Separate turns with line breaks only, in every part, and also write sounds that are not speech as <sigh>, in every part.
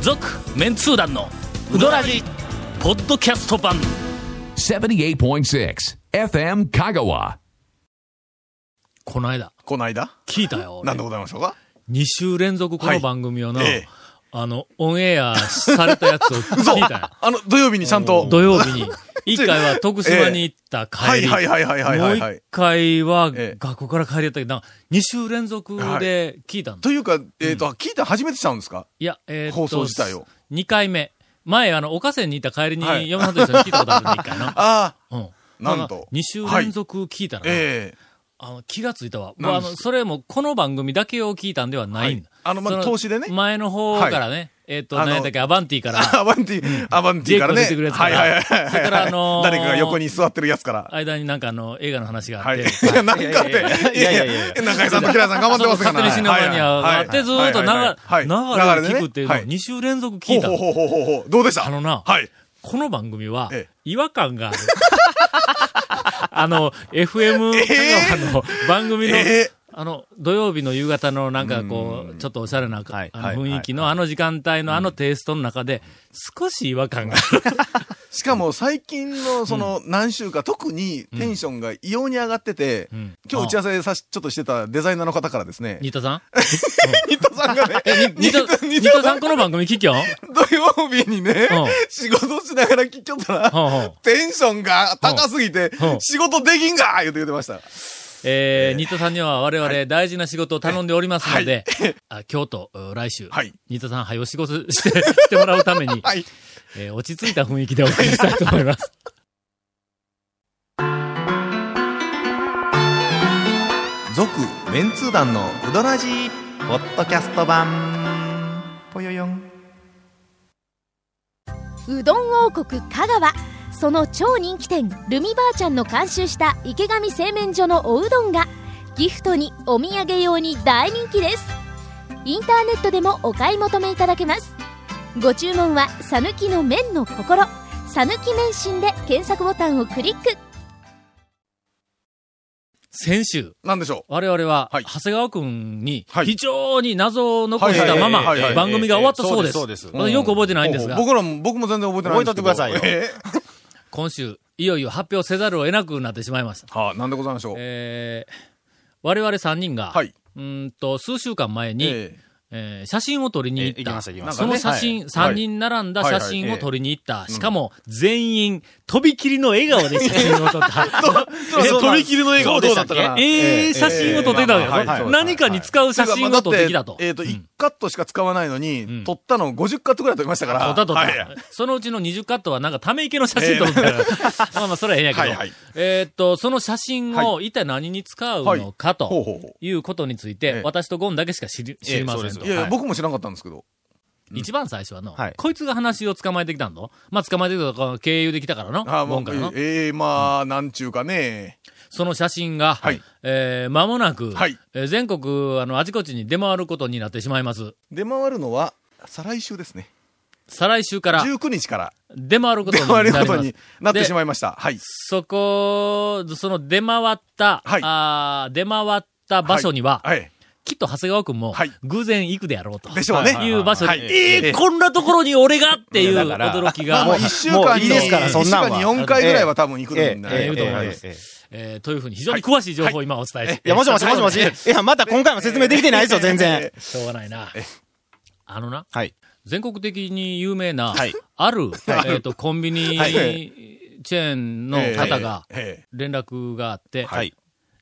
続メンツー団のウドラジポッドキャスト版
78.6 FM Kagawa.
この間、
この間
聞いたよ。
何でございましょうか
2週連続この番組をな、
はいええ
あの、オンエアされたやつを聞いたよ。
あの、土曜日にちゃんと。
土曜日に。一回は徳島に行った帰り。
ええはいはいはいはいはいはいはい
もう一回は
ええ
学校から帰りやったけど、なんか2週連続で聞いたの。
というか、えっと、聞いたの初めてちゃうんですか
いや、えー、
放送自体を。
2回目。前、あの、岡瀬に行った帰りに、
はい
山里さんに聞いたことあるんで、一回な。
<laughs> ああ、
うん。
なんと
2週連続聞いたらな、
ええ。
あの気がついたわ。
なん
まあ、あ
です
の、それも、この番組だけを聞いたんではないんだ。
はいあのまあ
そ
投資でね
前の方からね、えっ、と、
あの
何やったっけ、アバンティから、
アバンティ、アバンティからね。
ジェイコ出てくるやつか
はい
ら
はいはいはい。
それからあのー
誰かが横に座ってるやつから。
間になんかあの、映画の話があ
は
っ
い。
て、
いや、なんかって。いやいやいや。中井さんとキラさん頑張ってますから
勝手に死ぬ間にはあって、ずーっと流れ、流れを聞くっていうのを
に
2週連続聞
聞
い
い
た
た。ほう
の。
ほうほうほうほう。どうでした
あのな
はい。
この番組は
ええ、
違和感がある。 <laughs> あの、FM 香川の番組の、
ええ
あの、土曜日の夕方のなんかこう、ちょっとおしゃれな、
はい
あ
はい
の雰囲気の、あの時間帯のあのテイストの中で、少し違和感があ
<laughs>
る。
しかも最近のその何週か、特にテンションが異様に上がってて、
ん
今日打ち合わせさしちょっとしてたデザイナーの方からですね、
新田
<laughs>
さん
ニトさんがね、
新田、新田さんこの番組聞きよん
土曜日にね
うん、
仕事しながら聞きよったら、
うんうん
テンションが高すぎて
うん、
仕事できんがー言って言ってました。
えー、新田さんには我々大事な仕事を頼んでおりますので、あ今日とうん来週、
はい
新田さん、はよ仕事して、してもらうために、
はい。
えー落ち着いた雰囲気でお送りしたいと思い
<laughs>
ます。
続メンツー団のウドラジポッドキャスト版ぽよよん
うどん王国香川その超人気店ルミばあちゃんの監修した池上製麺所のおうどんがギフトにお土産用に大人気ですインターネットでもお買い求めいただけますご注文は「さぬきの麺の心」「さぬき麺心」で検索ボタンをクリック
先週、
なんでしょ
我々は、
はい
長谷川くんに
は、い
非常に謎を残したまま
はいはいはいは、い
番組が終わったそうです。
ええそうですそうです
まだよく覚えて
う
ないんですが、
僕らも、僕も全然覚えてないんですけど。
覚えとってく
ださいよ。
今週、いよいよ発表せざるを得なくなってしまいました。
はあ、なんでございましょう。
えー、我々3人が、
はいう
ーんと、数週間前に、
ええ
えー写真を撮りに行った。
え行きました行きました
その写真、
なんかねは
3
い
人並んだ写真を撮りに行った。しかも、全員、
飛び切りの笑顔
で写真を撮った。
え
そう
取り切りの笑顔どうだったかな
ええ写真を撮ってたわけだ
はいはい
ろ
はい
何かに使う写真を撮ってきたと。
えっと、
うん
1カットしか使わないのに、撮ったの50カットぐらい撮りましたから。
撮った撮っ
はい
た。そのうちの20カットはなんかため池の写真撮ったから。 <laughs> まあまあ、それはええんやけど。
はいはい
えーっと、その写真を一体何に使うのか
ほう
と
ほうほ
いうことについ
え
て
え、
私とゴンだけしか知り知りませんと
そう
う。い
で。
やい
は
や、
い
僕も知らなかったんですけど。
一番最初はの
はい、
こいつが話を捕まえてきたんだ。まあ、捕まえてきたから経由できたからの。
ああ、も
ゴ
う
ンからの、。
ええ、まあ、なんちゅうかね。
その写真が、
はい
えー間もなく、
はい
えー全国、あの、あちこちに出回ることになってしまいます。
出回るのは、再来週ですね。
再来週から
19日から
出回ること
出
にな
回
り
る
ま
こ
す。
とになってしまいました。はい。
そこ、その出回った、
はい
あー出回った場所には、
はい。
きっと長谷川くんも
はい、
偶然行くであろうと。
でしょうね
いいう場所に、
はい
えー
ええ
こんなところに俺がっていう
いやだから
驚き
<laughs> ま
が、
あ、もう一週間に
もういいですからそんなんは
一週間に4回ぐらいは多分行くんだよね。
えええええええーというふうに非常に詳しい情報を今お伝えして、
いや、もしもしもしもし。いや、まだ今回も説明できてないですよ、全然。
しょうがないな。あのな、
はい。
全国的に有名な、
はい
ある、えっ、と、コンビニ
はい
チェーンの方が
ええ
連絡があって、
はい。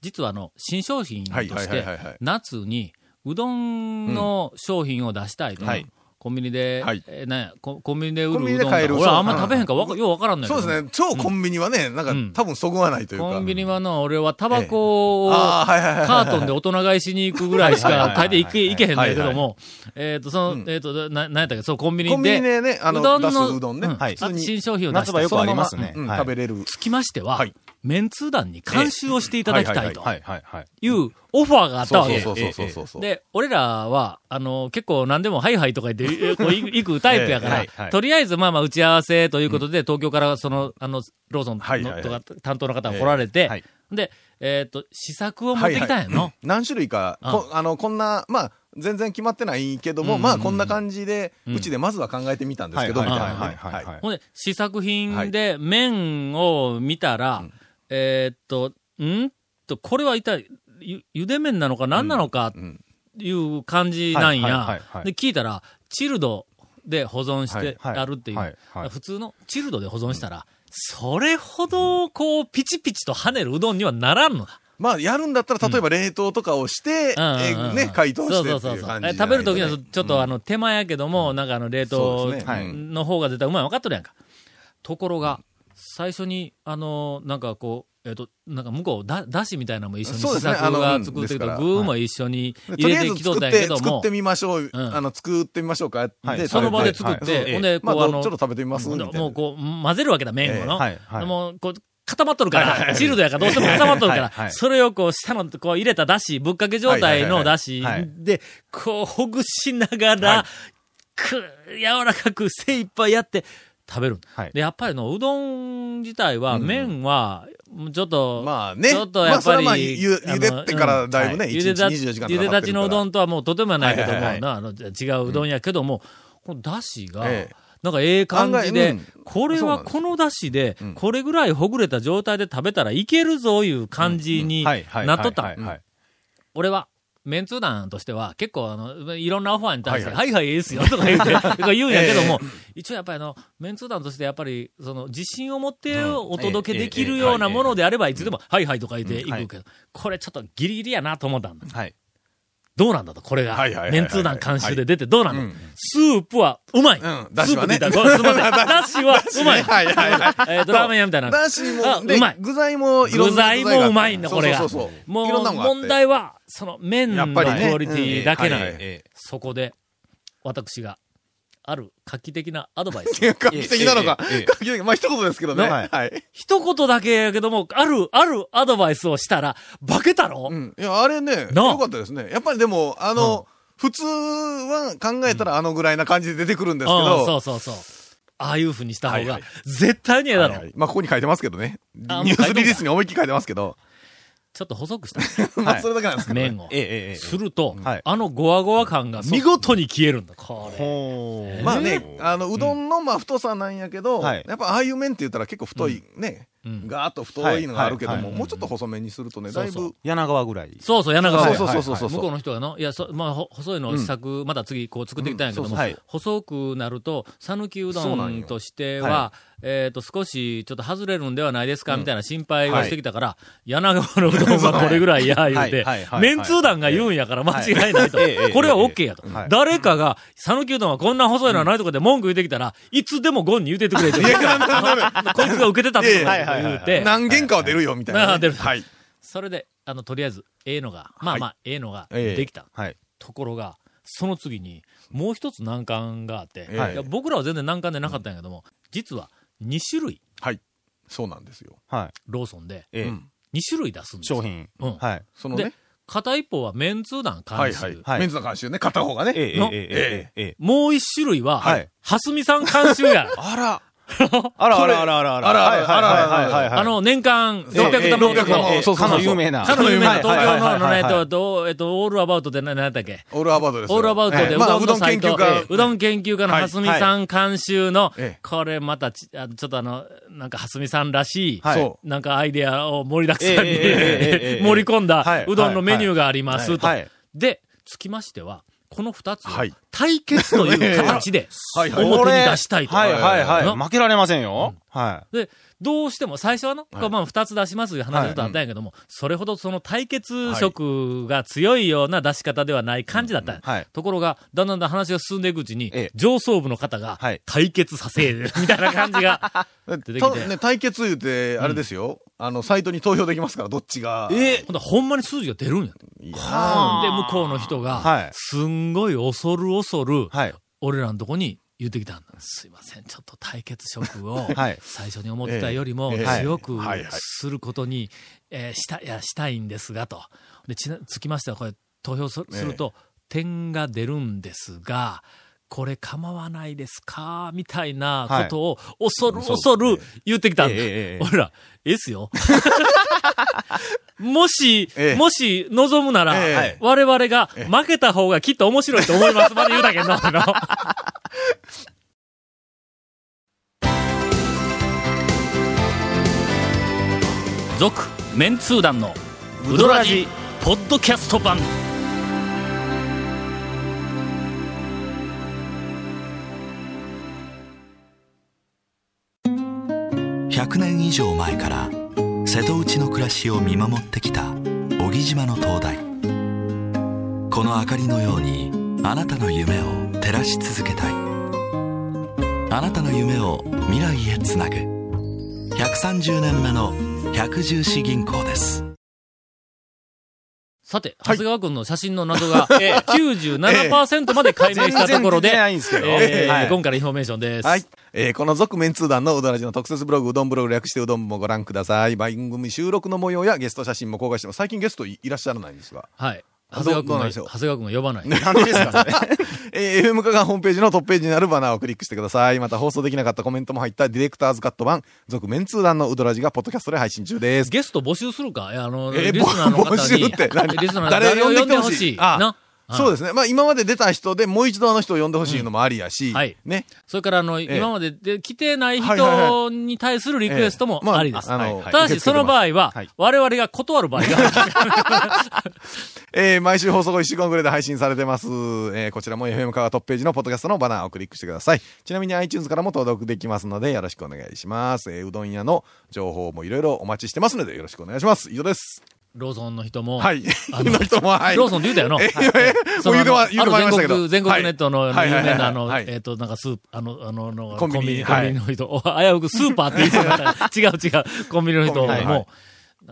実はあの、新商品と
はい
し
はい
て
はいはいはい、
夏にうどんの商品を出したいと。
はい
コンビニで、
はい
えーなんやココンビニで売
コンビ
るうど
ニで
んが
買える
俺はあんま
そう
食べへんからわかようわからんのよ。
そうですね。超コンビニはね、なんか、
うん
多分そぐわないというか。
コンビニはな、俺はタバコを、
ええあーはいはいはいはい
カートンで大人買いしに行くぐらいし
<laughs>
か、大抵行け、行けへんだけど
はいは
も、えっと、その、えっと、な、なんやったっけ、そう、コンビニで。
コンビニでね、あの、
うどんの
出すうどんね。
うん
はい
普通に
新商品を出し
夏
た
場
い
よ
と
くあり <laughs> ますね。
うん、
はい
食べれる。
つきましては、
はい
メンツー団に監修をしていただきたいと
はい、はい、はい。
いうオファーがあった
そ
わけ
う
です。
そうそうそうそうそう。
で、俺らは、あの、結構何でもハイハイとか言
<laughs>
って、えこうい行くタイプやか
ええ
ら
はいは、い
とりあえずまあまあ打ち合わせということで、東京からその、あの、ローソン
はいはいは
の
い
とか担当の方が来られて
はい、
で、えっと、試作を持ってきたんや
うん
の。
何種類か、
あ
こあの、こんな、まあ、全然決まってないけども、
うん
まあこんな感じで、
うん
うちでまずは考えてみたんですけど、
はい
みたいな
は
いね。
はいはいはい。
ほんで、試作品で麺を見たら、えーっと、んと、これは一体、ゆ、ゆで麺なのか何なのか
うん
いう感じなん
はいはい
や
はいは。い
で、聞いたら、チルドで保存して
はいはい
あるっていう。
はいはい
普通のチルドで保存したら、それほど、こう、ピチピチと跳ねるうどんにはならんのだ。
まあやるんだったら、例えば冷凍とかをして、
うんうん
え
うんう
ー
ん
ね、解凍して
そう
って
そうそう
い
うそう
感じ
え
じゃ
食
な
べ
い
る
と
と
ね。
きにはちょっとあの手前やけども、なんかあの冷
そう
凍
ですね
はい
の方が絶対うまい分かっとるやんか。ところが、最初に、あの、なんかこう、えっ、と、なんか向こう、だ、だしみたいなのも一緒に
そう
試
ですね
作が
あの
作ってき
ですから
た、具も一緒に
と
入
り
れ
あえ
て
ず
きとっ
作
た
っ
んやけ
て、
ど
作
も
って、みましょう。
うん
あの、作ってみましょうかって、
はい
で
その場で作っ
はい
て、
はい
ほんで、
まあ、
こう、あ
ど
の、
うちょっと食べてみますみたいな。
もうこう、混ぜるわけだ、麺をの。
ええはいはい
もう、こう、固まっとるから、汁だからどうしても固まっとるから、
はいはいはい
それをこう、下の、こう、入れただし、ぶっかけ状態のだし
はいはいはい
で、こう、ほぐしながら、
はい
く、柔らかく精一杯やって、食べる。
はい
で、やっぱりの、うどん自体は、麺は、ちょっと、
まあね。
ちょっとやっぱり、
まあ、それはまあ、ゆ、
あの
ゆでてからだいぶね、
ゆ
一
で
日
た
24時間
ゆでたちのうど
ん。
んとはもうとてもやないけども、
はいはいはい
なあの違ううどんやけども、このだしが、
ええ
なんかええ感じで、
案外うん
これ
そうなん
は
です
このだしで、
ん
これぐらいほぐれた状態で食べたらいけるぞいう感じに
はいはいはい
なっとった。
はいはい
俺は、メンツー団としては、結構、あの、いろんなオファーに対して、は
はいい
はい、いい、ですよ、とか
<laughs>
言って、とか言うんやけども、一応やっぱりあの、メンツー団として、やっぱり、その、自信を持ってお届けでき
え
る
え
ような
ええ
ものであれば、いつでも、はいはいとか言っていくけど、
はい
これちょっとギリギリやなと思ったんだ。
はい。
どうなんだと、これが。
はいはいはいはい
メンツー団監修で出てどうなんだ、
うん
スープはうまい、
うんだしはね
スープって言った
<laughs>
らごめんすいません。だしはうまい。
はいはいはい。
えーと、ラーメン屋みたいな。
<laughs> だし
あ
も、で
うまい
具材もいろ
具
んな
材もうまいんだ、これが。
そうそうそうそう。
も
いろんな
う、
のがあって
問題は、その麺
や
の
っ
ク
ぱりね
オリティだけなの
え
よ
え。え
そこで、私が、ある画期的なアドバイス。
画期的なのが、
ええええ
画期的。まあ、一言ですけどね。
ね
はい。はい
<laughs> 一言だけやけども、ある、あるアドバイスをしたら、化けたろ、
うん。いや、あれね、
なあ
よかったですね。やっぱりでも、あの、普通は考えたらあのぐらいな感じで出てくるんですけ
うん、そ
ど、
うそうそう。ああいう風にした方
はい
が
はい、
絶対にええだ
は
ろ、
いはいまあ、ここに書いてますけどね。
あ
ニュースリリースに思いっきり書いてますけど、
ちょっと細くした。
<laughs> まあ、それだけなんですけどね。 <laughs>
麺を。
ええええ
すると、
はい
あのゴワゴワ感が見事に消えるんだ、これ。
ほー
まあね、あの、うどんの、まあ、太さなんやけど、
はい
やっぱ、ああいう麺って言ったら結構太い、ね、
うん
ガーッと太いのがあるけど
はい
も、
はい
もうちょっと細めにするとね、
そ
だ
う
い
そう
ぶ、
柳川ぐらい。
そうそう、柳川
そう
や
そうそうそうそう。
向こうの人がの、いや、そまあ、ほ細いのを試作、また次こう作ってきたんやけども、
うんそうそうはい
細くなると、讃岐う
そ
ど
うなん
ん
よ
としては、
は
えっ、と、少しちょっと外れるんではないですか、みたいな心配をしてきたから、柳川のうどんはこれぐらいや、言うて
<laughs> はいはいはいは、い
メンツー団が言うんやから間違いないと
はいええええ。
これは OK やと
は。い
誰かが、讃岐うどんはこんな細いのはないとかで文句言ってきたら、いつでもゴンに言うてってくれって。 <laughs> こいつが受けてたって
いやいや
言うて、
何軒かは出るよ、みたいなね、
あ出る
はい。
それで、あの、とりあえず、ええのが、まあまあ、ええのが
ええ
できた。
はい。
ところが、その次に、もう一つ難関があって、
ええ
いや僕らは全然難関でなかったんやけども、実は2種類、
はい。そうなんですよ。
はい。
ローソンで、
え
う
え
ん
2種類出すんですよ
商。品。
うん
はい。
その
で
ね、、
片一方はメンツー団
は
監
い
修。
はい。
はい
メンズの監修ね、片方がね。
ええええ
の
ええええ。
もう一種類は、
はい
はすみさん監修や。
あ <laughs> ら。あらあらあらあらあら。
あら
はいはいはいはいはい。
あの、年間600玉
ええええ
の、
そうそうそう
かの有名な。
かの有名な東京の、あのねえっと
は
どうえっと、オールアバウトで何やったっけ
オールアバウトですよ。
オールアバウト
え
で
え
う
まあ
どんのサイト、
うどん研究家
うどん研究家の蓮見さん監修の
ええ、
これまたち、あちょっとあの、なんか蓮見さんらしい、
はい
そ
なんかアイデアを盛りだくさんに
ええええええええ
<laughs> 盛り込ん
は
だ
いう
どんのメニューがありますと
はい。
で、つきましては、この二つを
はい
対決という形
<laughs>
で
はいはい
表に出したいと。
はいはいはい。
な
負けられませんよ。は
で、どうしても最初はの、まあ二つ出しますという話だったんやけども、それほどその対決色が強いような出し方ではない感じだったんや
い。はい。
ところが、だんだんだん話が進んでいくうちに、
ええ
上層部の方が
はい、
対決させ
<laughs>
る、みたいな感じが。
う。
てきて
たね、対決言うて、あれですよ。あの、サイトに投票できますから、どっちが。
え
ほんとほんまに数字が出るんや。
いや
で、向こうの人が、
はい
すんごい恐る恐る、
はい。
俺らのとこに言ってきたんだ。すいません、ちょっと対決色を
<laughs> はい、
最初に思ってたよりも
ええ
強く
はいはい
することに、えーした、いや、したいんですが、と。で、ちな、つきましては、これ、投票すすると、点が出るんですが、これ構わないですかみたいなことを、恐る恐
そう
る
です
言ってきたんだ。
ええええ
ほら、ええっす
<laughs>
よ。もし、
ええ
もし望むなら、
ええ
はい我々が負けた方がきっと面白いと思いますまで言うだけど、あの
続メンツー団のウドラジポッドキャスト版
100年以上前から瀬戸内の暮らしを見守ってきた小木島の灯台この明かりのようにあなたの夢を照らし続けたいあなたの夢を未来へつなぐ130年目の百十四銀行です
さて、長谷川君の写真の謎が、97%まで解明したところで、
全然出てないんですけど
えー
はい
ゴンからインフォメーションです。
はい。えーこの続面通談のうどらじの特設ブログ、うどんブログ略してうどんもご覧ください。番組収録の模様やゲスト写真も公開してます。最近ゲストいいらっしゃらないんですが。
はい。
ど
長谷川
どう
君
なん
が、
でしょ
長
う
谷川君が呼ばない。
なんでですかね。
<laughs> えー FM 加賀ホームページのトップページにあるバナーをクリックしてください。また放送できなかったコメントも入ったディレクターズカット版、続面通談のうどらじがポッドキャストで配信中です。
ゲスト募集するかいやあの、
えー
リスナーの方に。
ぼ募集って
<laughs>
何
リスナーの
誰
誰を呼んでほしい。
ああ
な。。
そうですすね。まあ今まで出た人でもう一度あの人を呼んでほしいのもありやし、
んはい
ね。
それから、あの、
え
今までで来てない
はいはい
人に対するリクエストも
ええまあ
ありです。
あの
ただし、その場合は
はい、
我々が断る場合がある。
えー毎週放送後1週間ぐらいで配信されてます。えーこちらも FM カガトップページのポッドキャストのバナーをクリックしてください。ちなみに iTunes からも登録できますのでよろしくお願いします。えーうどん屋の情報もいろいろお待ちしてますのでよろしくお願いします。以上です。
ローソンの人も、
はい。 <laughs>
あの
の人も、はい。
ローソンで言うたよな。
えーえー
その
もう言うて
あの
ま、言うてまいりましたけ
ある全国、
ど。
全国ネットの
は
有
いはいはい
名な、あの、
はい
えっと、なんかスーパー、あの、あの、あの
コンビニ
コン
は
ビ
い
ニの人、お危うくスーパーって言いそうにな
<laughs>
った。違う違う、コンビニの人も、
コンビニはい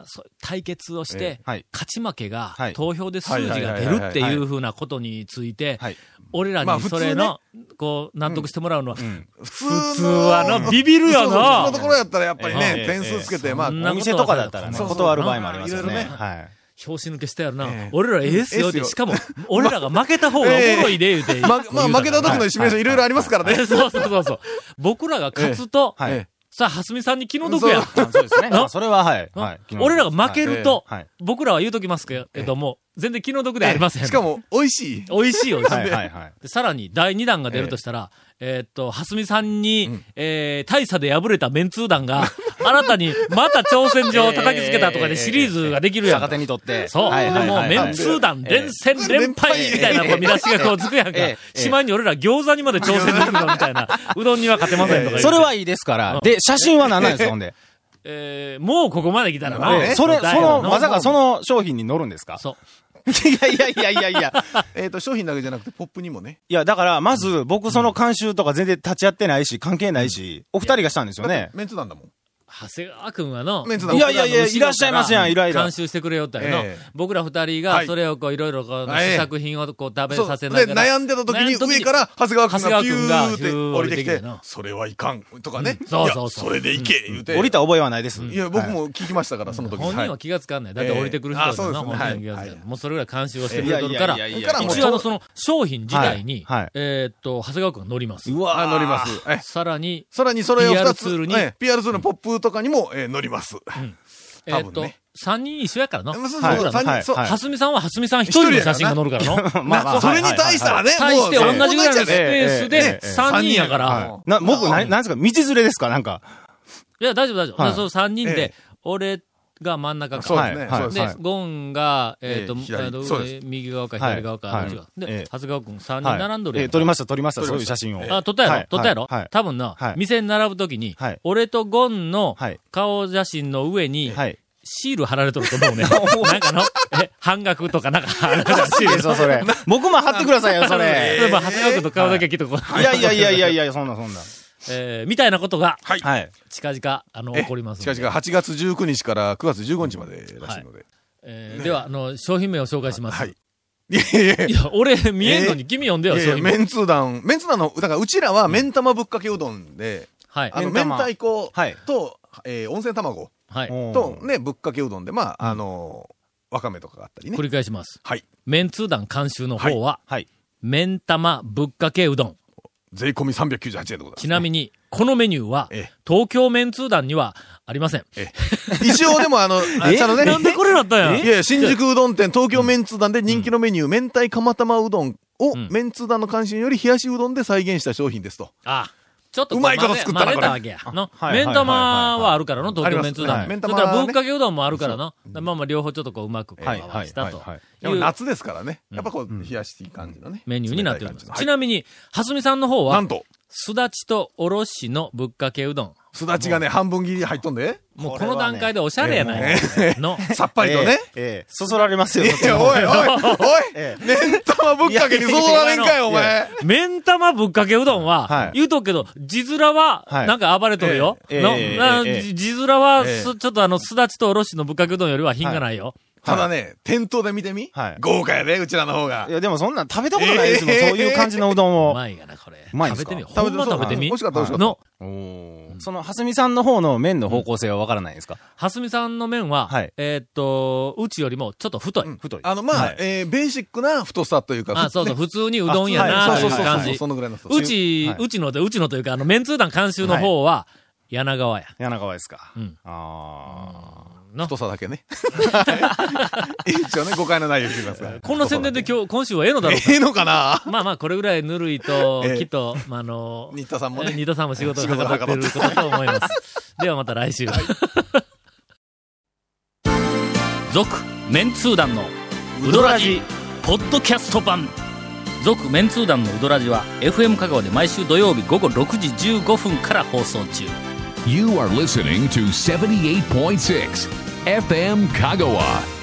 そう対決をして、
はい
勝ち負けが、
はい
投票で数字が出るっていうふうなことについて、
はい
俺ら
まあ
に
普通
そ
ね
れの、こう、納得してもらうのは、
普通
普通はな、ビビる
そう
よ
そう普通の
な
と。ころやったらやっぱりね、
ええ
点数つけて、まあ、
そんな
お店とかだったらね、
そうそう
断る場合もありますよ
いろい
ね。
ろね
はい。
表紙抜けしたやろな。
ええ
俺らええっすよって、
ええっすよ
しかも、俺らが負けた方がおもろいで、言うて。
<laughs> ま、まあ、負けた時の指名書いろいろありますからね。
<laughs> そうそうそうそう。僕らが勝つと、
はい。
え
さあ、はすみさんに気の毒や。
あそうですね。
な
まあそれは、はい。
うん
はい。
俺らが負けると、
はいはい
僕らは言うときますけれども、全然気の毒ではありません。
しかも、美味しい。
美味しいよ、
はいはいはい。
でさらに第2弾が出るとしたら、えーっと、はすみさんに、えー大差で敗れたメンツー団が、新たにまた挑戦状を叩きつけたとかでシリーズができるやん
逆手
か。
にとって。
そう。
はいはいはい
もう
は
メン
い
ツー団連戦連敗みたいな
ええ
こう見出しがこうつくやんか
ええ。え
しまいに俺ら餃子にまで挑戦できるのみたい
<laughs>
な。うどんには勝てませんとか言って
それはいいですから。で、写真は何なんですか、ほん
<laughs>
で。
えーもうここまで来たら
まあ
な。
ね
それ、そ
だよ
の、
な
まさかその商品に乗るんですか
そう。
いやいやいやいやいや。
えっと、商品だけじゃなくて、ポップにもね。
いや、だから、まず、僕、その監修とか全然立ち会ってないし、関係ないし、お二人がしたんですよね。
メンツなんだもん。
長谷川くんはの、
メンツなん
い
だも
や
ん。
いやいや、いらっしゃいますやん、いろいろ
監。修してくれよったよの、
ええ
僕ら二人
は
が
い
それをこういろいろこう
ええ
試作品をこう食べ
そう
させな
で
がら。
悩んでた時に
悩んだ
上から長谷川君がピ
長
ュー
谷川
っ
君が
て
ヒュー
降り
降りて
てきて
きてな、
それはいかんとかね。
そうそうそう
いやそれでいけ言うて。
降りた覚えはないです。
いや、僕も聞きましたから、その時に。
本人は気がつかんない。だって降りてくる人だ
ええあそうで
な、
すね
本人は気がつかんな
はい
い
はい
もうそれぐらい監修をし
い
てく
や
れ
い
と
やい
る
や
から、
いやい
だから
や
もう
一応あの、その商品自体に、
はいはい
えーっと、長谷川くんが乗ります。
うわ
あ
ー
乗ります。ええ
さらに、
さらにそれを2
PR
つ。
ツールに
ええ PR ツールのポップとかにも、ええ乗ります。
えーっ
多
と
分ね、
三人一緒やからな。
そうそう
僕
そ
ら
う
の
三人
はい
そう
はい
はすみさんははすみさん一人の写真が載るから <laughs> の。
まあまあ
なそれに対したらね、
対して同
もう
じぐらいのス
え
ペー
え
ス
え
で
え
3人やか
ええ
ら。
な、僕、な、なんですか道連れですかなんか。
いや、大丈夫大丈夫。
はい
でその3人
え
で、俺が真ん中
そう
か。
ですね。
はい
そうです
で、
ね
はい
ゴンが、えっ、と、
ええ左
あの
そうです
右側か
はい
左側か、どっちか。
はいえ
で
え、
長谷川くん3人
はい
並んどる
え
や
え
ん。
撮りました、撮りました、そういう写真を。
あ、撮ったやろ、
はい
撮ったやろ、
はい
多分な、
はい
店に並ぶときに、
はい
俺とゴンの
はい
顔写真の上に、
はい。
シール貼られとると思う
<laughs>
ね。なんかの、え、半額とかなんか貼られてる。
いいですよ、
<laughs>
それ。僕も貼ってくださいよ、 <laughs> そ
例え <laughs>
れ。
ば、長谷川くんの顔だけきっとこう、
いやいやいやいやいや、そんなそんな。
えーみたいなことが、
はい。
近々、あの、
ええ
起こりますん
し
で
かしが8月19日から9月15日までらしいので。
えーでは、あの、商品名を紹介します。
はいい。いやいやいや。
や、俺、見えんのに君呼んでよ、
いやい
商
や
品
メ
名。
ンツー団、メンツー団の、だからうちらは、麺玉ぶっかけうどんで、
はい。
あの、
麺
明
玉
太子
はい
と、えー温泉卵
はい。
と、ね、ぶっかけうどんで、まあ、あのー、わかめとかがあったりね
繰。り返します。
はい。
メンツー団監修の方は、
はい。
メン玉ぶっかけうどん。
税込み398円でございます。
ちなみに、このメニューは
ええ、
東京メンツー団にはありません。
<laughs> 一応でもあの、あちゃのね。
なんでこれだったんや
いや、新宿うどん店、東京メンツ団で人気のメニュー、明太釜玉うどんを、
ん
メンツ団の関心より冷やしうどんで再現した商品ですと。
あちょっと
うまいこと作ったな
混ぜ混ぜた
こ
わけや。の、
はい
目ん玉はあるからの、東京メンツー
あ
団。
り
それ
ま
か
すはい
ら、
メン玉はね
ぶっかけうどんもあるからの。まあまあ、両方ちょっとこう、うまくこう、合
はい
わせたと
はいはい
や
いう
っぱ夏ですからね。やっぱこう、冷やしていい感じのね。
メニューになっております
冷。たい
ち
感
なみに、はすみさんの方
じのは
はい
なん、と、
すだちとおろしのぶっかけうどん。
すだちがね、半分切り入っとんで、
もう
こ
こ
れはね
の段階でおしゃれやないの。
さっぱりとね。
ええええそそられますよ。
いや、おいおいおい、
え
めん玉ぶっかけにそそられんかい、お
い
前。
<laughs> 目ん玉ぶっかけうどん
は
は、
い
言うとくけど、地面は、
はい
なんか暴れとるよ。
ええ
の
ええ
な
ええ
地地面は、
ええ
すちょっとあの、すだちとおろしのぶっかけうどんよりは品がないよ。
ただね、店頭で見てみ
はい。
豪華やで、うちらの方が
い。や、でもそんなん食べたことないですもん、
ええ
そういう感じのうどん
う
を。
まいがな、これ。
うまいで
食べ
すか
てみよ。ほんま食べてみ
美味。しかった、美味しかっ
の、
その、はすみさんの方の麺の方向性はわからないですか
はすみさんの麺は
はい、
えーっと、うちよりもちょっと太い。
太い。
た。あの、まあ、えーベーシックな太さというか、
あ、そうそう、普通にうどんや
あ
な、
はい
とい
そう
う
そうそう
感
そう、
じ
そ。のぐらいの太さ。
うち
は、いう
ちので、うちのというか、あの、メンツー団監修の方は、柳川や。
柳川ですか。
うん
あ
太さだけね。 <laughs> 一応ね、誤解のないようにしてください。
こんな宣伝で今日、今週はええのだろう
<laughs>
か
ええのかな
まあまあ、これぐらいぬるいと
え、え
きっと、まあ、あの、
新田さんも
え
ね。
二田さんも仕事がかかってることと思います。ではまた来週。
続メンツー団のウドラジポッドキャスト版続メンツー団のウドラジは FM 香川で毎週土曜日午後6時15分から放送中
You are listening to 78.6 FM Kagawa.